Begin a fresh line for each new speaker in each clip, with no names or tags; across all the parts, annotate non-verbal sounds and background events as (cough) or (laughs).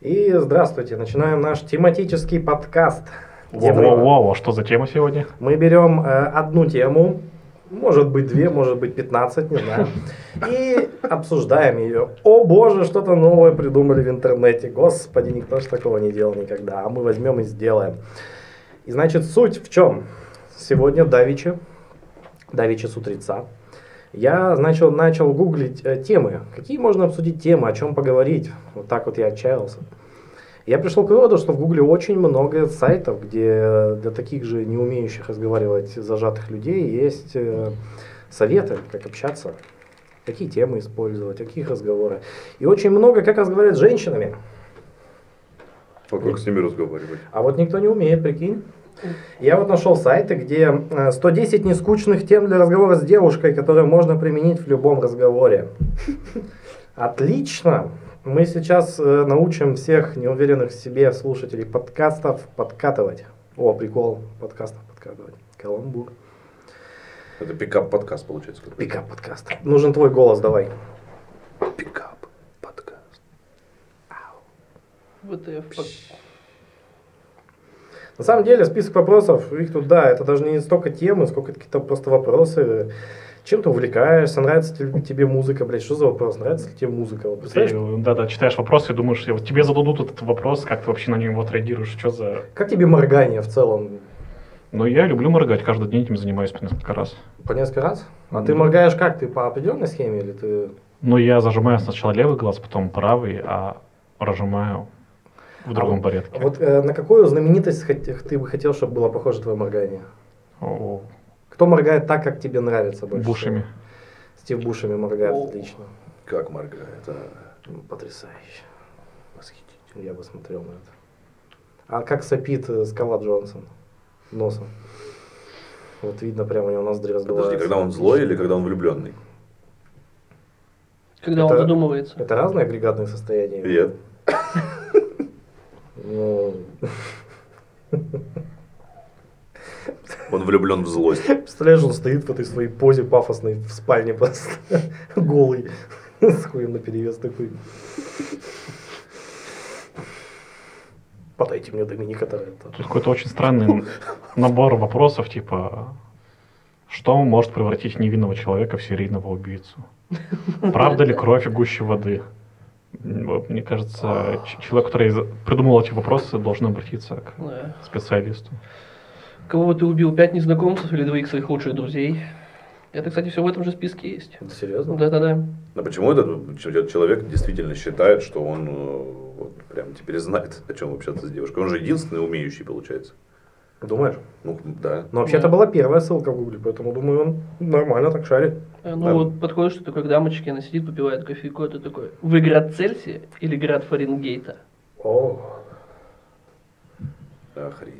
И здравствуйте, начинаем наш тематический подкаст. Тема-
Воу-воу-воу, а что за тема сегодня?
Мы берем э, одну тему, может быть две, может быть 15, не знаю, и обсуждаем ее. О боже, что-то новое придумали в интернете. Господи, никто же такого не делал никогда. А мы возьмем и сделаем. И значит, суть в чем? Сегодня Давича, Давича с утреца, я начал, начал гуглить э, темы. Какие можно обсудить темы, о чем поговорить? Вот так вот я отчаялся. Я пришел к выводу, что в Гугле очень много сайтов, где для таких же не умеющих разговаривать зажатых людей есть э, советы, как общаться, какие темы использовать, какие разговоры. И очень много, как разговаривать с женщинами.
А как с ними разговаривать?
А вот никто не умеет, прикинь. Я вот нашел сайты, где э, 110 нескучных тем для разговора с девушкой, которые можно применить в любом разговоре. Отлично! Мы сейчас э, научим всех неуверенных в себе слушателей подкастов подкатывать. О, прикол, подкастов подкатывать. Каламбур.
Это пикап-подкаст получается. какой-то.
Пикап подкаст. Нужен твой голос, давай.
Пикап-подкаст.
ВТФ.
На самом деле, список вопросов, их тут, да, это даже не столько темы, сколько какие-то просто вопросы. Чем ты увлекаешься? Нравится ли тебе музыка? Блять, что за вопрос? Нравится ли тебе музыка? Вот,
Ты, э,
представляешь,
да-да, читаешь вопрос и думаешь, вот тебе зададут этот вопрос, как ты вообще на него отреагируешь, что за...
Как тебе моргание в целом?
Но я люблю моргать, каждый день этим занимаюсь по несколько раз.
По несколько раз? А ты
Мгм.
моргаешь как? Ты по определенной схеме или ты...
Но я зажимаю сначала левый глаз, потом правый, а разжимаю в другом
А
порядке.
Вот э, на какую знаменитость хот- ты бы хотел, чтобы было похоже твое моргание?
О,
Кто моргает так, как тебе нравится больше?
Бушами.
всего? Стив Бушами моргает
О.
отлично.
Как моргает, а?
М, Потрясающе.
Восхитительно.
Я бы смотрел на это. А как сопит э, Скала Джонсон носом? Вот видно прямо у него ноздри
Подожди,
раздуваются.
когда он злой или когда он влюбленный?
Когда
Это-
он задумывается.
Это разные агрегатные состояния?
Нет.
Ну, (laughs)
Он влюблен в (laughs) злость.
Представляешь, он стоит в этой своей позе пафосной в спальне просто (laughs) голый. (laughs) С хуем наперевес такой. Подайте мне Доминика Торетто.
Тут какой-то очень странный набор вопросов, типа, что может превратить невинного человека в серийного убийцу? Правда ли кровь гуще воды? М, вот Мне кажется, ч- человек, который из- придумал эти вопросы, должен обратиться к
Да.
специалисту.
Кого ты убил? Пять незнакомцев или двоих своих лучших друзей? Это, кстати, все в этом же списке есть.
Это серьезно?
Да-да-да.
А почему этот ч- человек действительно считает, что он э, вот прям теперь знает, о чем общаться с девушкой? Он же единственный умеющий, получается.
Думаешь?
Ну, да.
Ну, вообще-то
Да.
была первая ссылка в Гугле, поэтому, думаю, он нормально так шарит.
А, Ну
Да.
вот подходишь ты такой к дамочке, она сидит, попивает кофейку, а ты такой, вы град Цельсия или град Фаренгейта?
О.
Охренеть.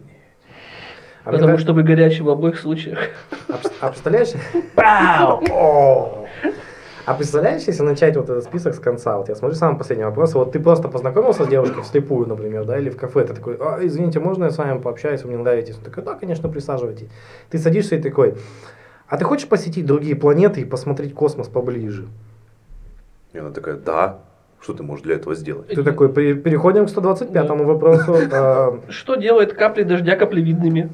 А мне
Потому
нравится-
что вы горячий в обоих случаях.
А пс- а представляешь?
(laughs)
О. А представляешь, если начать вот этот список с конца, вот я смотрю самый последний вопрос, вот ты просто познакомился с девушкой вслепую, например, да, или в кафе, ты такой, «А, извините, можно я с вами пообщаюсь, вы мне нравитесь? Он такой, да, конечно, присаживайтесь. Ты садишься и такой, а ты хочешь посетить другие планеты и посмотреть космос поближе?
И она такая, да. Что ты можешь для этого сделать?
Э,
Ты такой, «Пе- переходим к 125
Да. (laughs)
вопросу. А,
Что делает капли дождя каплевидными?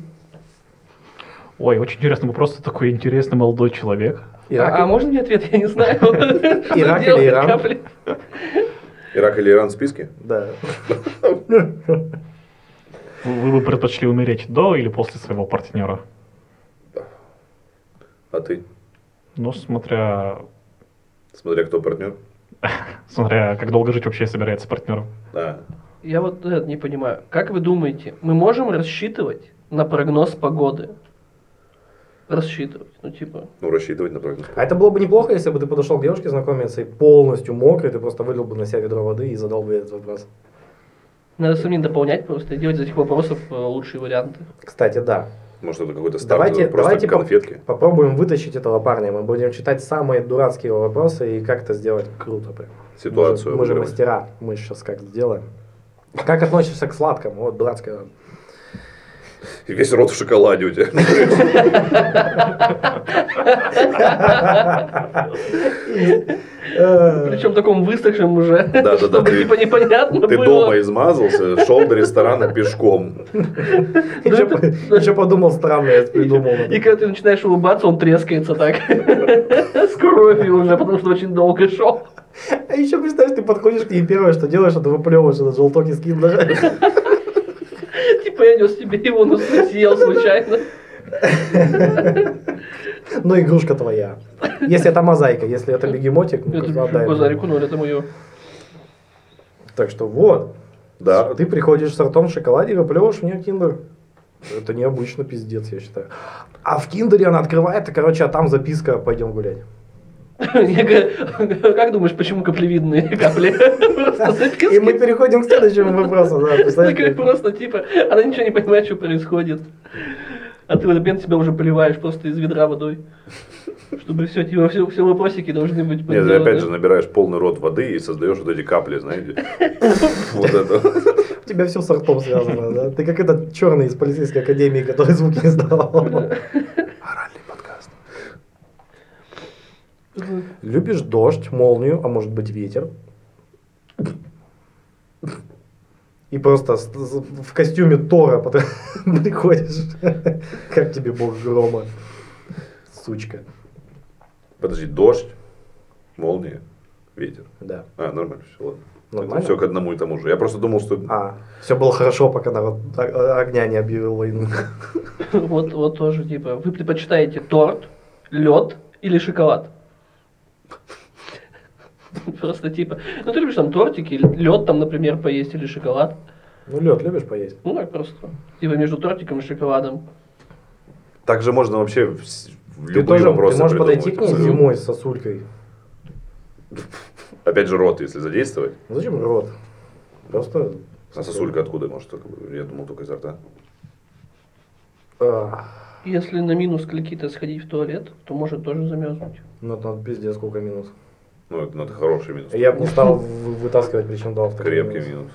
Ой, очень интересный вопрос, ты такой интересный молодой человек.
Ирак
А, а можно мне ответ? Я не знаю. Что
(laughs) Ирак или
делает
Иран?
капли?
Ирак или Иран в списке?
Да.
Вы вы бы предпочли умереть до или после своего партнера?
А ты?
Ну, смотря,
Смотря кто партнер.
смотря как долго жить вообще собирается партнер.
Да.
Я вот это не понимаю. Как вы думаете, мы можем рассчитывать на прогноз погоды? Рассчитывать, ну типа.
Ну, рассчитывать на прогноз.
А это было бы неплохо, если бы ты подошел к девушке знакомиться и полностью мокрый, ты просто вылил бы на себя ведро воды и задал бы ей этот вопрос.
Надо сам не дополнять просто и делать из этих вопросов э, лучшие варианты.
Кстати, да.
Может, это какой-то старт,
Давайте,
просто
давайте поп-
конфетки.
попробуем вытащить этого парня. Мы будем читать самые дурацкие его вопросы и как это сделать круто. Прям.
Ситуацию.
Мы же, мы же
обыгрывать.
мастера. (laughs) Мы сейчас как сделаем. Как относишься к сладкому? Вот дурацкое.
И весь рот в шоколаде
(laughs)
у тебя. Э.
э,
Причем в таком высохшем уже.
Да-да-да,
Чтобы,
ты-
Типа непонятно
Ты
было.
дома измазался, шел до ресторана пешком.
ну, Еще подумал, странно, я (laughs) придумал.
И когда ты начинаешь улыбаться, он трескается так. (laughs) С кровью уже, потому что очень долго шел.
А еще представь, ты подходишь к ней, первое, что делаешь, это выплевываешь этот желток из киндера.
Типа я нес тебе его, но съел случайно.
Но Ну, игрушка твоя. Если это мозаика, если это бегемотик, ну,
Это
как бы отдай.
Козарику, но это мое.
Так что вот. а
Да.
Ты приходишь с ртом в шоколаде и выплевываешь в нее киндер. Это необычно, пиздец, я считаю. А в киндере она открывает, и, короче, а там записка «Пойдем гулять».
(laughs) Я говорю, (laughs) Как думаешь, почему каплевидные капли? (laughs) Просто записки.
И мы переходим к следующему вопросу. Да, представь,
Такая просто типа, она ничего не понимает, что происходит. А ты в этот момент себя уже поливаешь просто из ведра водой. Чтобы все, тебе все, все вопросики должны быть
Нет, ты ну, опять же
подделаны.
набираешь полный рот воды и создаешь вот эти капли, знаете. Вот это.
У тебя все с ртом связано, да? Ты как этот черный из полицейской академии, который звуки не сдавал.
Оральный подкаст.
Любишь дождь, молнию, а может быть ветер. И просто с- с- в костюме Тора потом (laughs) приходишь. Как тебе бог грома? Сучка.
Подожди, дождь, молния, ветер.
Да.
А, нормально, все, ладно.
Нормально?
все к одному и тому же. Я просто думал, что...
А, все было хорошо, пока народ о- о- огня не объявил войну.
Вот, вот тоже типа, вы предпочитаете торт, лед или шоколад? Просто типа, ну ты любишь там тортики, лед там, например, поесть или шоколад.
Ну, лед любишь поесть?
Ну так просто. Типа между тортиком и шоколадом.
Так же можно вообще в с- в
Ты
любые
тоже ты
вопросы
можешь подойти к ней
придумывать.
зимой с сосулькой.
Опять же, рот, если задействовать.
Ну, Зачем рот? Просто...
А сосулька откуда? Может, только... Я думал, только изо рта.
А,
Если на минус какие-то сходить в туалет, то может тоже замерзнуть.
Ну, это надо пиздец, сколько минус.
Ну, это надо хороший минус.
Я бы не стал вы- вытаскивать причиндал. в такой
Крепкий
минус.
минус.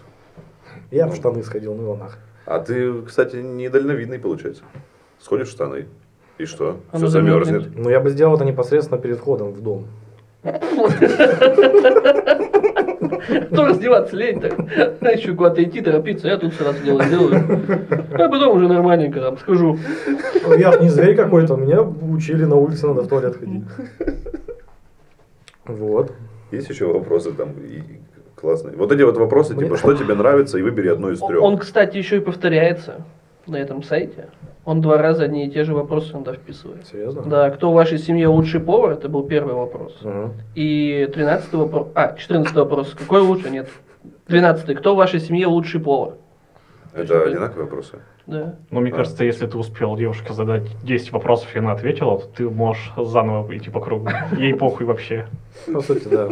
Я в штаны сходил, ну его нахуй.
А ты, кстати, недальновидный, получается. Сходишь в штаны. И что?
Оно
Все замерзнет.
замерзнет.
Но Ну, я бы сделал это непосредственно перед входом в дом.
То раздеваться лень так. А еще куда-то идти, торопиться, я тут сразу дело сделаю. А потом уже нормальненько там скажу.
Ну, Я ж не зверь какой-то, меня учили на улице, надо в туалет ходить. Вот.
Есть еще вопросы там и- и классные. Вот эти вот вопросы,
Мне-
типа, что тебе нравится, и выбери одно из трех.
Он, кстати, еще и повторяется на этом сайте. Он два раза одни и те же вопросы иногда вписывает.
Серьезно?
Да, кто в вашей семье лучший повар, это был первый вопрос.
Мгм.
И 13 вопрос, а, 14 вопрос, какой лучше, нет. 12 кто в вашей семье лучший повар?
Это одинаковые вопросы.
Да.
Ну, мне
Да.
кажется, если ты успел девушке задать 10 вопросов, и она ответила, то ты можешь заново идти по кругу. Ей похуй вообще.
По сути, да.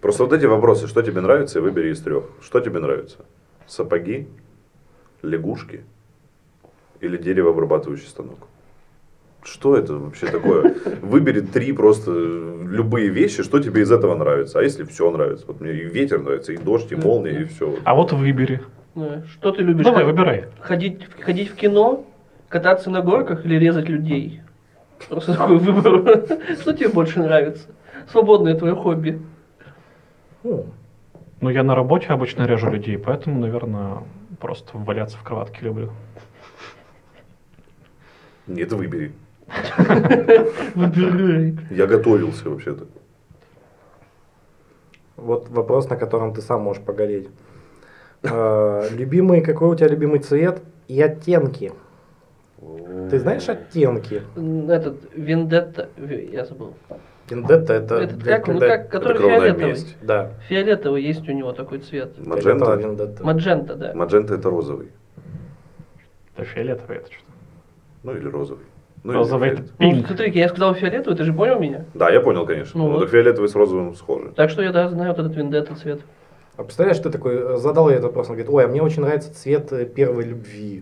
Просто вот эти вопросы, что тебе нравится, и выбери из трех. Что тебе нравится? Сапоги, лягушки или деревообрабатывающий станок? Что это вообще такое? Выбери три просто э, любые вещи, что тебе из этого нравится. А если все нравится? Вот мне и ветер нравится, и дождь, и молния, и все.
А вот выбери.
Да. Что ты любишь?
Давай,
Как-
выбирай.
Ходить, в- ходить в кино, кататься на горках или резать людей? Просто такой выбор. (laughs) Что тебе больше нравится? Свободное твое хобби.
Ну,
Ну, я на работе обычно режу людей, поэтому, наверное, просто валяться в кроватке люблю.
Нет, выбери.
Выбирай.
Я готовился вообще-то.
Вот вопрос, на котором ты сам можешь погореть. Э, Любимый, какой у тебя любимый цвет и оттенки? Ты знаешь оттенки?
М, Этот, вендетта, ви- я забыл.
Вендетта это...
Этот как, ну
когда-
как,
Это
который
кровная
фиолетовый.
месть.
Да.
Фиолетовый есть у него такой цвет.
Фиолетовая
Маджента.
вендетта.
Маджента, да. Ну,
Маджента это розовый.
Это фиолетовый, это что-то.
Ну или розовый. Ну, или
Розовый это
фиолетовый.
Ну,
пинг.
смотри, я сказал фиолетовый, ты же понял меня?
Да, я понял, конечно.
Ну
Ну,
вот.
так фиолетовый с розовым схожи.
Так что я да, знаю вот этот вендетта цвет.
А представляешь, ты такой, э, задал я этот вопрос, он говорит, ой, а мне очень нравится цвет э, первой любви.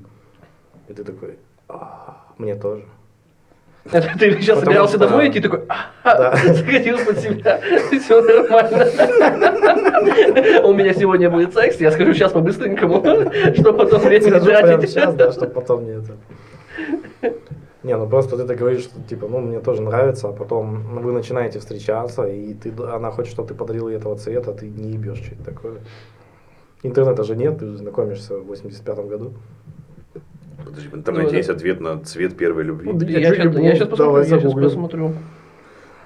И ты такой, «А, мне тоже.
Это ты сейчас
Потому
собирался
что-
(laughs) домой идти, такой, «А,
Да.
заходил под себя, все нормально. (laughs) У меня сегодня будет секс, я скажу сейчас по-быстренькому, (laughs) что потом время не
Скажу прямо
тратить.
сейчас, да,
(laughs)
чтобы потом не это. Не, ну просто ты так говоришь, что типа, ну мне тоже нравится, а потом вы начинаете встречаться, и ты, она хочет, чтобы ты подарил ей этого цвета, а ты не ебешь что-то такое. Интернета же нет, ты знакомишься в 85-м году.
Подожди, в
Ну,
интернете
да.
есть ответ на цвет первой любви.
Ну, да.
Я сейчас, я сейчас посмотрю,
Давай
я сейчас
загуглим.
посмотрю.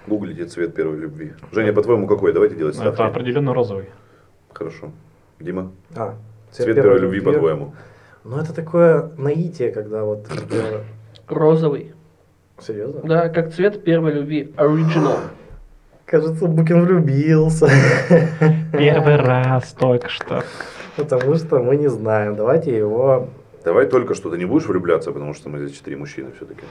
Гуглите цвет первой любви. Женя, по-твоему, какой? Давайте делать
Ну, Это
ставки.
определенно розовый.
Хорошо. Дима,
А,
цвет первой любви, по-твоему.
Ну это такое наитие, когда вот... например,
Розовый.
Серьезно?
Да, как цвет первой любви. Original.
Кажется, Букин влюбился. (laughs)
Первый раз только что.
Потому что мы не знаем. Давайте его...
Давай только что ты не будешь влюбляться, потому что мы здесь четыре мужчины все-таки.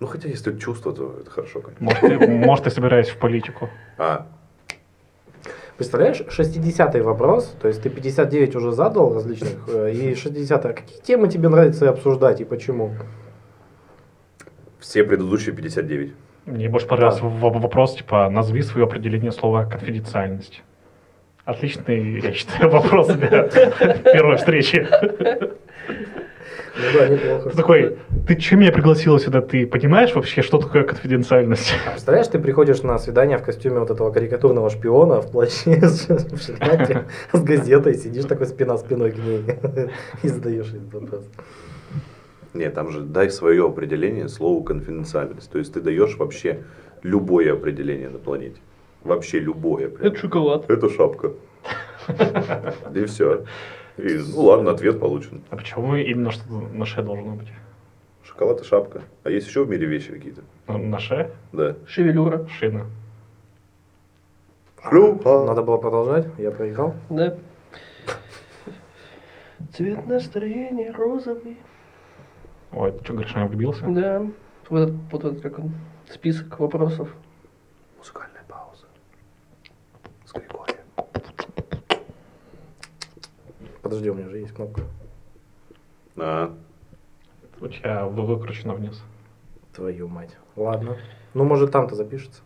Ну, хотя, если чувство, то это хорошо, конечно.
Может, ты, может, ты собираешься в политику.
А,
Представляешь, 60-й вопрос, то есть ты 59 уже задал различных, э, и 60 а какие темы тебе нравится обсуждать и почему?
все предыдущие 59.
Мне больше понравился
Да.
в- в- вопрос, типа, назови свое определение слова «конфиденциальность». Отличный, я считаю, (laughs) вопрос для первой встречи.
Ну да, неплохо.
Ты такой, ты че меня пригласила сюда? Ты понимаешь вообще, что такое конфиденциальность?
А представляешь, ты приходишь на свидание в костюме вот этого карикатурного шпиона в плаще (laughs) с, в шляпе, с газетой, сидишь такой спина спиной к ней (laughs) и задаешь ей этот вопрос.
Нет, там же дай свое определение слову конфиденциальность. То есть ты даешь вообще любое определение на планете. Вообще любое. прям.
Это шоколад.
Это шапка. И все. И, ну ладно, ответ получен.
А почему именно что на шее должно быть?
Шоколад и шапка. А есть еще в мире вещи какие-то?
На- На шее?
Да.
Шевелюра.
Шина.
Шлюха.
Надо было продолжать, я проиграл.
Да. Цвет настроения розовый.
Ой, ты что, говоришь, я влюбился?
Да. Вот этот, вот этот, как он, список вопросов.
Музыкальная пауза. С Григорием.
Подожди, у меня же есть кнопка.
А,
У тебя вы- выкручено вниз.
Твою мать. Ладно. Ну, может, там-то запишется.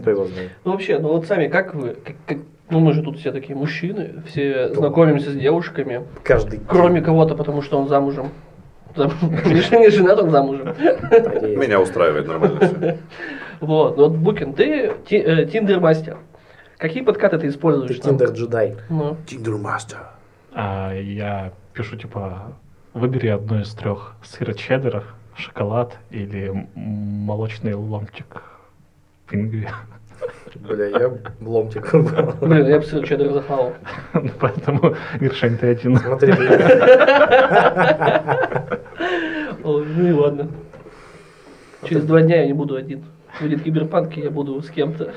Кто его знает.
Ну вообще, ну вот сами, как вы, как- как- ну мы же тут все такие мужчины, все знакомимся с девушками,
Каждый.
кроме кого-то, потому что он замужем. Зам- (laughs) Миша не женат, он замужем.
день.
меня устраивает нормально все.
Вот, ну вот, Букин, ты ти- э, тиндер-мастер. Какие подкаты ты
Ты
используешь? там?
Тиндер джедай.
Ну,
Тиндермастер.
А, я пишу, типа, выбери одну из трех. Сыр чеддера, шоколад или м- молочный ломтик пингви. (laughs)
Бля, я ломтик.
блин, я бы сыр чеддер захавал.
Ну, Поэтому, Гершань, ты один.
Смотри, блин.
Ой, Ну и ладно. Через два дня я не буду один. Будет киберпанк, и я буду с кем-то.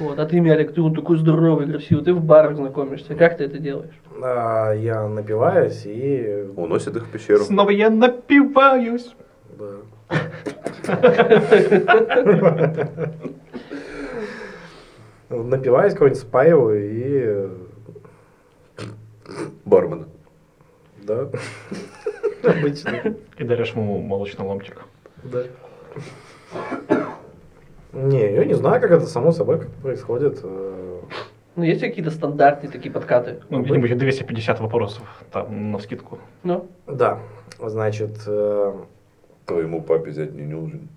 Вот, а ты, Мялик, ты вот такой здоровый, красивый, ты в барах знакомишься. Как ты это делаешь?
А, Я напиваюсь и...
Уносит их в пещеру.
Снова я напиваюсь.
(laughs) да. Напиваюсь, кого-нибудь спаиваю и... э,
Бармена.
Да. Обычно.
И даришь ему молочный ломтик.
Да. Не, я не знаю, как это само собой как происходит. Э,
Ну, есть какие-то стандартные такие подкаты?
Ну, где-нибудь 250 вопросов, там, на скидку.
Ну,
Да, значит... э,
Твоему папе взять не нужен.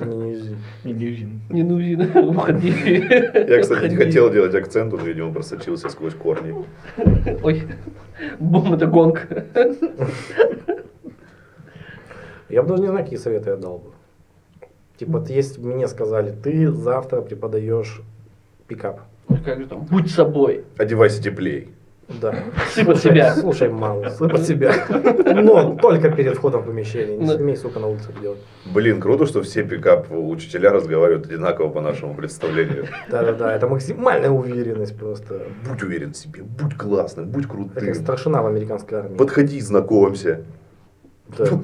не-
не нужно, уходи.
Я, кстати, не хотел делать акцент, он, видимо, просочился сквозь корни.
Ой, бум, это гонг.
Я бы даже не знаю, какие советы я дал бы. Типа, вот если бы мне сказали, ты завтра преподаешь пикап.
Ну, Как же там, будь собой,
Одевайся теплей.
Да.
ты под Типа себя.
Слушай, мало, слышь под себя. Но только перед входом в помещение. Не смей, сука, на улице делать.
Блин, круто, что все пикап-учителя разговаривают одинаково по нашему представлению.
Да-да-да, это максимальная уверенность просто.
Будь уверен в себе, будь классным, будь
Это как
крутым.
старшина в американской армии.
Подходи, знакомься. ну,
Ну,
Да.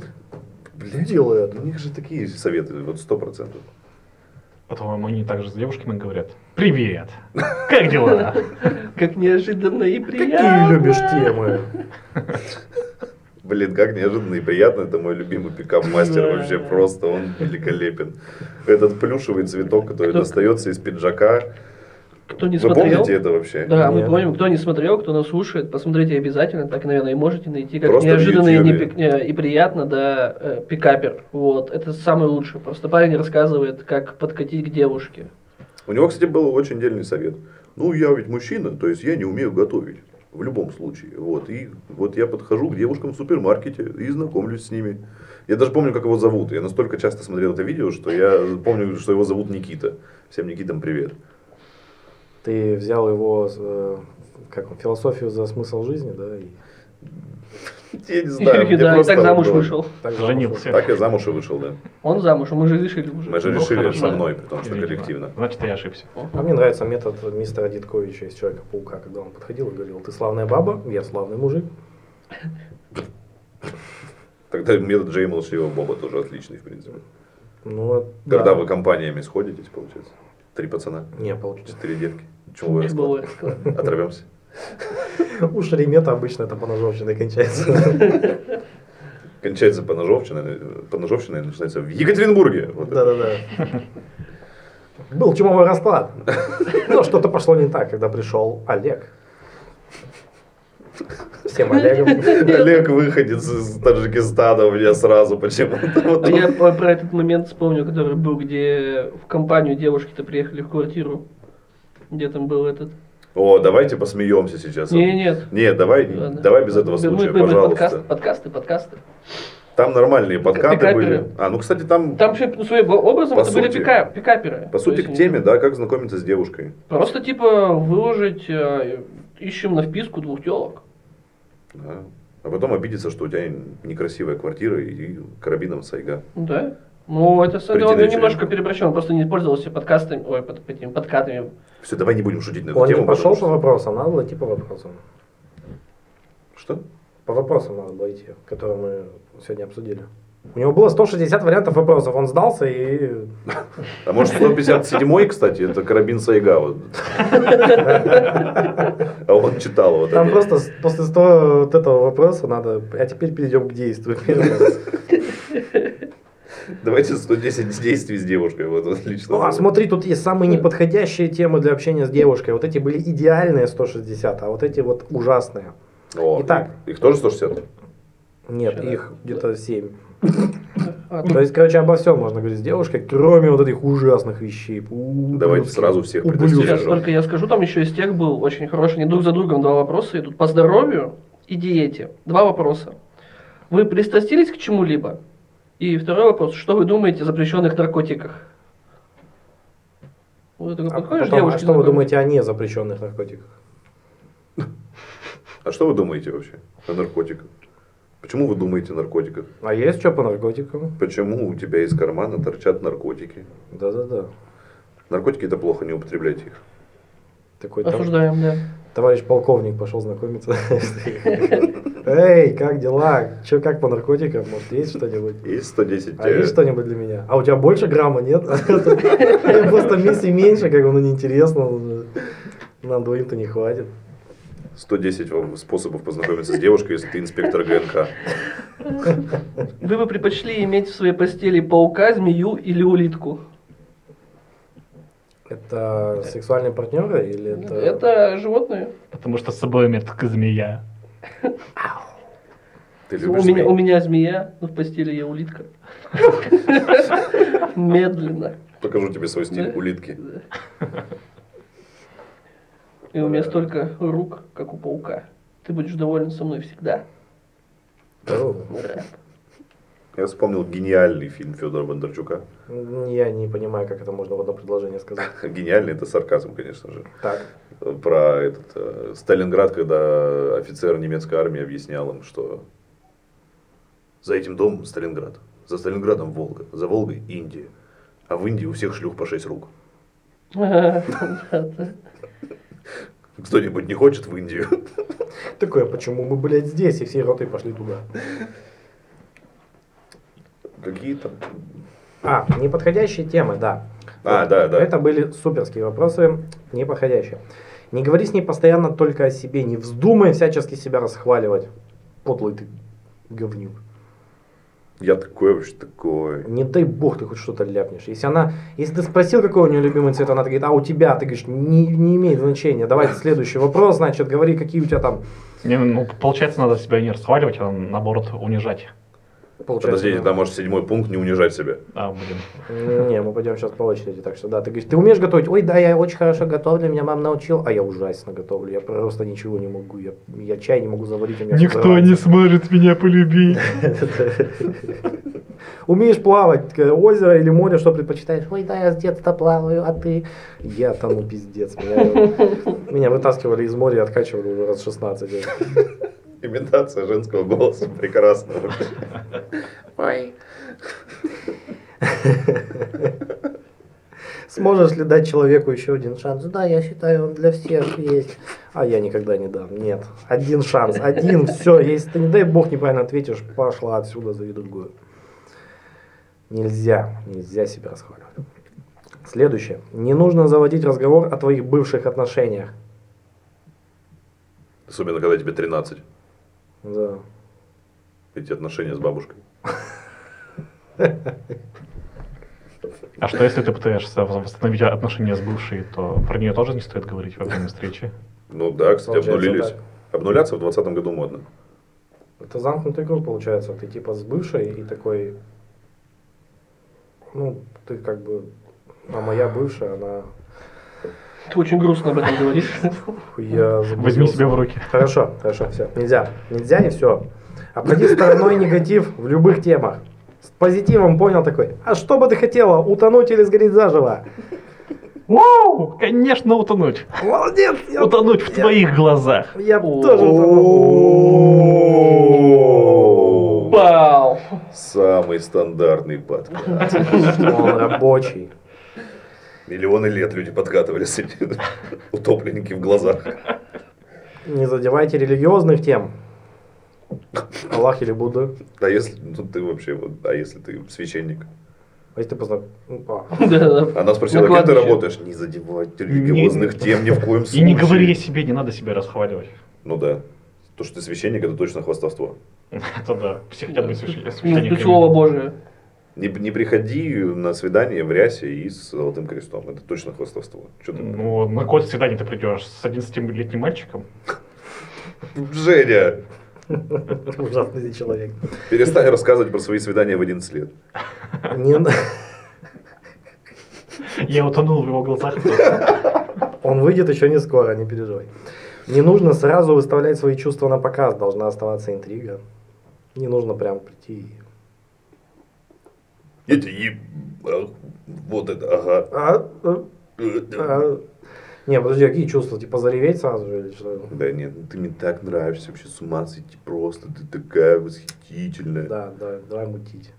Блядь,
Делаю это.
у них же такие советы, вот сто процентов.
По-твоему, они также с девушками говорят. Привет! Как дела?
(laughs)
Как неожиданно и приятно.
Какие любишь темы?
Блин, как неожиданно и приятно. Это мой любимый пикап-мастер.
Да.
Вообще просто он великолепен. Этот плюшевый цветок, который
Кто-
достается из пиджака.
Кто не
Вы
смотрел,
помните это вообще?
да, мы
Нет.
помним, кто не смотрел, кто нас слушает, посмотрите обязательно, так, наверное, и можете найти, как
Просто в
неожиданно и, не
Ютьюбе.
пик- э, и приятно, да, э, пикапер, вот, это самый лучший, просто парень рассказывает, как подкатить к девушке.
У него, кстати, был очень дельный совет. Ну, я ведь мужчина, то есть я не умею готовить. В любом случае. Вот. И вот я подхожу к девушкам в супермаркете и знакомлюсь с ними. Я даже помню, как его зовут. Я настолько часто смотрел это видео, что я помню, что его зовут Никита. Всем Никитам привет.
Ты взял его, э, как он, философию за смысл жизни, да? И
Я не
(laughs)
знаю.
и
мне
да, и
просто
так замуж
было.
вышел.
так же
Женился.
Так я замуж и вышел, да.
Он замуж, а мы же решили уже.
Мы же
Ну,
решили
хорошо.
со мной, потому что
Видимо.
коллективно.
Значит, я ошибся.
А мне нравится метод мистера Дитковича из Человека-паука, когда он подходил и говорил, ты славная баба, я славный мужик.
Тогда метод Джей Эм Молчаливого Боба тоже отличный, в принципе.
Ну, да.
Когда вы компаниями сходитесь, получается. Три пацана,
Не, получится. (laughs)
четыре девки. Чего я
Было
сказал?
резко.
Оторвемся.
У Шеремета обычно это поножовщиной кончается. (laughs)
Кончается поножовщина, поножовщина и начинается в Екатеринбурге. Вот это.
Да-да-да. Был чумовой расклад. Но что-то пошло не так, когда пришел Олег. Всем
(laughs)
Олегом.
Олег выходец из Таджикистана у меня сразу
(laughs)
почему-то. Вот
А
он.
Я по- про этот момент вспомнил, который был, где в компанию девушки-то приехали в квартиру. Где там был этот?
О, давайте посмеемся сейчас.
Не, нет.
Не, давай,
Ладно.
давай без этого
Мы- мы-
случая,
мы- подкаст-
пожалуйста.
подкасты, подкасты.
Там нормальные подкаты
Пикаперы.
были. А, ну, кстати, там,
Там вообще ну, своим образом
По
это были
сути.
пика- пикаперы.
по сути,
То
к
есть
теме, да, как знакомиться с девушкой.
Просто типа выложить, э, ищем на вписку двух телок.
Да. А потом обидеться, что у тебя некрасивая квартира и карабином сайга.
Да. Ну, это с-
Прийти
он
на
немножко
вечеринку.
перебращен, он просто не пользовался подкастами, ой, под, этими подкатами.
Все, давай не будем шутить на эту
Он
тему.
не пошел
потому
по вопросам, надо было типа идти по вопросам.
Что?
По вопросам надо было идти, которые мы сегодня обсудили. У него было 160 вариантов вопросов, он сдался и...
А может 157 кстати, это карабин сайга. Вот. А он читал вот
Там
это.
просто с- после 100 вот этого вопроса надо... А теперь перейдем к
(laughs)
действию.
Давайте 110 действий с девушкой. Вот отлично.
Ну, а смотри, тут есть самые неподходящие темы для общения с девушкой. Вот эти были идеальные 160, а вот эти вот ужасные.
О,
Итак.
и- Их тоже 160?
Нет,
Ща,
их
да.
где-то 7.
А,
То есть, короче, обо всем можно говорить с девушкой, кроме вот этих ужасных вещей. Ублюдки.
Давайте сразу всех
Сейчас
предостережем.
только я скажу, там еще из тех был очень хороший. Они друг за другом два вопроса идут. По здоровью и диете. Два вопроса. Вы пристрастились к чему-либо? И второй вопрос. Что вы думаете о запрещенных наркотиках? Вот такой
А,
подходишь,
потом, а
Ну, девушке
что вы
такой,
думаете о незапрещенных наркотиках?
А что вы думаете вообще о наркотиках? Почему вы думаете о наркотиках?
А есть что по наркотикам?
Почему у тебя из кармана торчат наркотики?
Да-да-да.
Наркотики это плохо, не употребляйте их.
Такой там-
Осуждаем, да.
товарищ полковник пошел знакомиться. Эй, как дела? Че, как по наркотикам? Может, есть что-нибудь?
Есть 110
А есть
э,
что-нибудь для меня? А у тебя больше грамма нет? Я просто вместе меньше, как бы, ну неинтересно. уже. Нам двоим-то не хватит.
110 вам способов познакомиться с девушкой, если ты инспектор ГНК.
Вы бы предпочли иметь в своей постели паука, змею или улитку?
Это сексуальные партнеры или
Ну,
это...
Это животные.
Потому что с собой имеет только змея.
Ты
У
любишь
меня,
змей?
у меня змея, но в постели я улитка. Медленно.
Покажу тебе свой стиль
Да.
улитки.
И у меня столько рук, как у паука. Ты будешь доволен со мной всегда.
Здорово.
Да.
Я вспомнил гениальный фильм Федора Бондарчука. (laughs)
Ну, Я не понимаю, как это можно в одно предложение сказать.
Гениальный это сарказм, конечно же.
Так.
Про этот э, Сталинград, когда офицер немецкой армии объяснял им, что за этим домом Сталинград, за Сталинградом Волга, за Волгой Индия. А в Индии у всех шлюх по шесть рук.
(laughs) Да.
Кто-нибудь не хочет в Индию?
Такое, почему мы, блядь, здесь, и все роты пошли туда.
(laughs) Какие там?
А, неподходящие темы, да.
А, да, да.
Это были суперские вопросы, неподходящие. Не говори с ней постоянно только о себе, не вздумай всячески себя расхваливать. Подлый ты. говнюк.
Я такой вообще такой.
Не дай бог ты хоть что-то ляпнешь. Если она, если ты спросил, какой у нее любимый цвет, она говорит, а у тебя, ты говоришь, не, не имеет значения. Давай следующий вопрос, значит, говори, какие у тебя там,
Не, ну, получается, надо себя не расхваливать, а наоборот унижать.
получается.
Подождите,
ну,
там может седьмой пункт не унижать себя.
А, блин.
Не, мы пойдем сейчас по очереди, так что да, ты говоришь, ты умеешь готовить? Ой, да, я очень хорошо готовлю, меня мама научила, а я ужасно готовлю, я просто ничего не могу, я, я чай не могу заварить, у меня всё взрывается».
сможет меня полюбить.
(laughs) Умеешь плавать, э, озеро или море, что предпочитаешь? Ой, да, я с детства плаваю, а ты? Я тону пиздец. Меня, меня вытаскивали из моря и откачивали уже раз 16.
Имитация женского голоса прекрасно.
Ой.
Сможешь ли дать человеку еще один шанс? Да, я считаю, он для всех есть. А я никогда не дам. Нет. Один шанс. Один. Все. Если ты, не дай бог, неправильно ответишь, пошла отсюда, заведу другую. Нельзя. Нельзя себя расхваливать. Следующее. Не нужно заводить разговор о твоих бывших отношениях.
Особенно, когда тебе 13.
Да.
Эти отношения с бабушкой.
А что, если ты пытаешься в- восстановить отношения с бывшей, то про нее тоже не стоит говорить во время встречи?
Ну да, кстати,
Получается
обнулились.
так.
Обнуляться в 20 году модно.
Это замкнутый круг получается. Ты типа с бывшей и такой, ну, ты как бы, а моя бывшая, она
Ты очень грустно об этом говоришь.
хуя
Возьми
заблудилась».
себя в руки.
Хорошо, хорошо, все, нельзя, нельзя и все. Обходи стороной негатив в любых темах. С позитивом понял такой, а что бы ты хотела, утонуть или сгореть заживо?
Вау! Конечно, утонуть.
Молодец, я,
Утонуть в твоих глазах.
я
О.
тоже утону.
Вау. (laughs)
Самый стандартный подкат.
Он рабочий.
Миллионы лет люди подкатывали с этим. Утопленники в глазах.
Не задевайте религиозных тем. Аллах или Будда.
А если ну, ты вообще, вот, а если ты священник?
А если ты познаком... ну, а.
Да-да-да.
Она спросила,
На
как ты
кладбище.
работаешь? Не задевать религиозных тем ни в коем
И
случае.
не говори о себе, не надо себя расхваливать. (laughs)
Ну да. То, что ты священник, это точно хвастовство.
Это да. Все хотят быть священ-
Ну,
священниками.
ты слово Божие.
Не, не приходи на свидание в рясе и с золотым крестом. Это точно хвастовство. Чё ты-
Ну, на какое свидание ты придешь? С 11-летним мальчиком?
Женя,
(laughs) Ужасный ты человек.
перестань рассказывать про свои свидания в 11 лет.
Не на-
Я утонул в его
(laughs)
глазах.
Он выйдет еще не скоро, не переживай. Не нужно сразу выставлять свои чувства на показ, должна оставаться интрига. Не нужно прям прийти и...
Я тебя еб- а, Вот это, ага.
А, э, а. Не, подожди, какие чувства? Типа зареветь сразу же или что?
Да нет, ну ты мне так нравишься, вообще с ума сойти просто, ты такая восхитительная.
Да, да, давай мутить.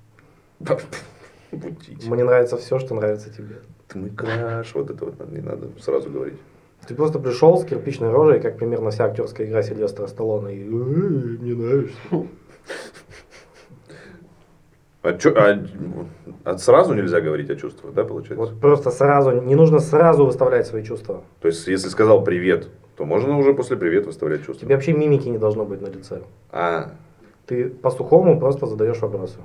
Будите.
Мне нравится все, что нравится тебе.
Ты мой краш, вот это вот не надо сразу говорить.
Ты просто пришел с кирпичной рожей, как примерно вся актерская игра Сильвестра Сталлоне, и «Э, мне нравишься.
А, чё- а, а сразу нельзя говорить о чувствах, да, получается?
Вот просто сразу, не нужно сразу выставлять свои чувства.
То есть, если сказал привет, то можно уже после привет выставлять
У
чувства.
тебя вообще мимики не должно быть на лице.
А,
Ты по-сухому просто задаешь вопросы.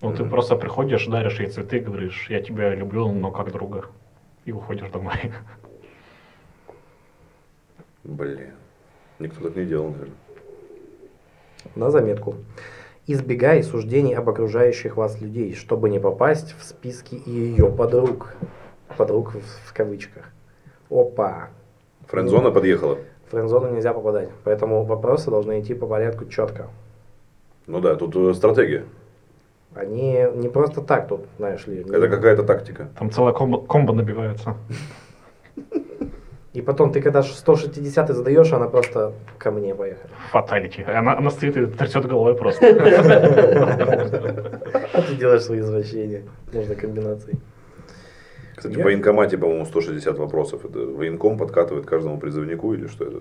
Ну, ты
Мгм.
просто приходишь, даришь ей цветы, говоришь, я тебя люблю, но как друга. И уходишь домой. (laughs)
блин. Никто так не делал, наверное.
На заметку. Избегай суждений об окружающих вас людей, чтобы не попасть в списки ее подруг. Подруг в, в кавычках. Опа. Ну.
Френдзона подъехала.
В френдзону нельзя попадать, поэтому вопросы должны идти по порядку четко.
Ну да, тут э, стратегия.
Они не просто так тут, знаешь ли. не-
Это какая-то тактика.
Там целая комбо, комбо набивается.
И потом ты когда 160 задаешь, она просто ко мне
(laughs)
поехала. (laughs)
Фаталити. Она, она стоит и трясет головой просто.
(laughs)
А ты делаешь свои извращения. Можно комбинацией.
Кстати,
Я-
в военкомате, по-моему, 160 вопросов. Это военком подкатывает каждому призывнику или что это?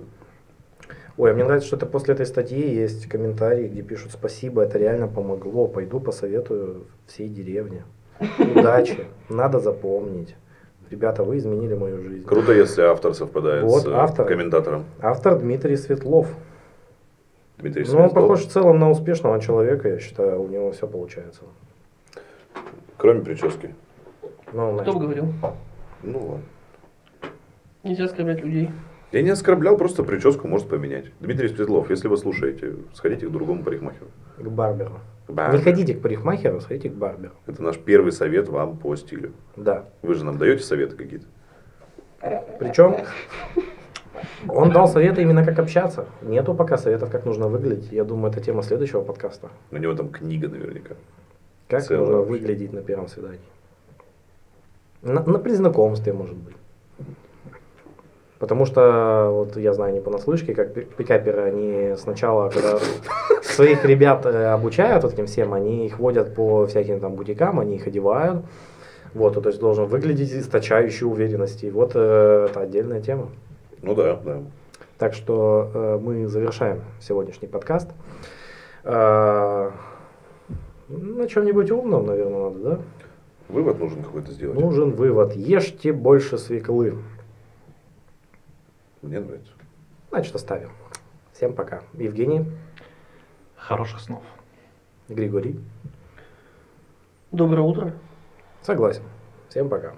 Ой, а мне нравится, что это после этой статьи есть комментарии, где пишут «Спасибо, это реально помогло, пойду посоветую всей деревне». Удачи, надо запомнить. Ребята, вы изменили мою жизнь.
Круто, если автор совпадает
Вот
с э,
автор.
комментатором.
Автор Дмитрий Светлов.
Дмитрий
Ну, он
Смит был.
похож в целом на успешного человека, я считаю, у него все получается.
Кроме прически.
Ну,
Кто
значит,
бы говорил?
Ну ладно.
Нельзя оскорблять людей.
Я не оскорблял, просто прическу может поменять. Дмитрий Светлов, если вы слушаете, сходите к другому парикмахеру.
К барберу.
Ба.
Не ходите к парикмахеру, сходите к барберу.
Это наш первый совет вам по стилю.
Да.
Вы же нам даете советы какие-то?
Причем он дал советы именно как общаться. Нету пока советов, как нужно выглядеть. Я думаю, это тема следующего подкаста.
У него там книга наверняка.
Как
Целая
нужно
вообще.
выглядеть на первом свидании. На, на при знакомстве, может быть. Потому что, вот я знаю не понаслышке, как пи- пикаперы, они сначала, когда своих ребят э, обучают вот этим всем, они их водят по всяким там бутикам, они их одевают. Вот, то есть должен выглядеть источающий уверенности. И вот э, это отдельная тема.
Ну да, да.
Так что э, мы завершаем сегодняшний подкаст. Э, на чем-нибудь умном, наверное, надо, да?
Вывод нужен какой-то сделать.
Нужен вывод. Ешьте больше свеклы.
Мне нравится.
Значит, оставим. Всем пока. Евгений,
Хороших снов.
Григорий.
Доброе утро.
Согласен. Всем пока.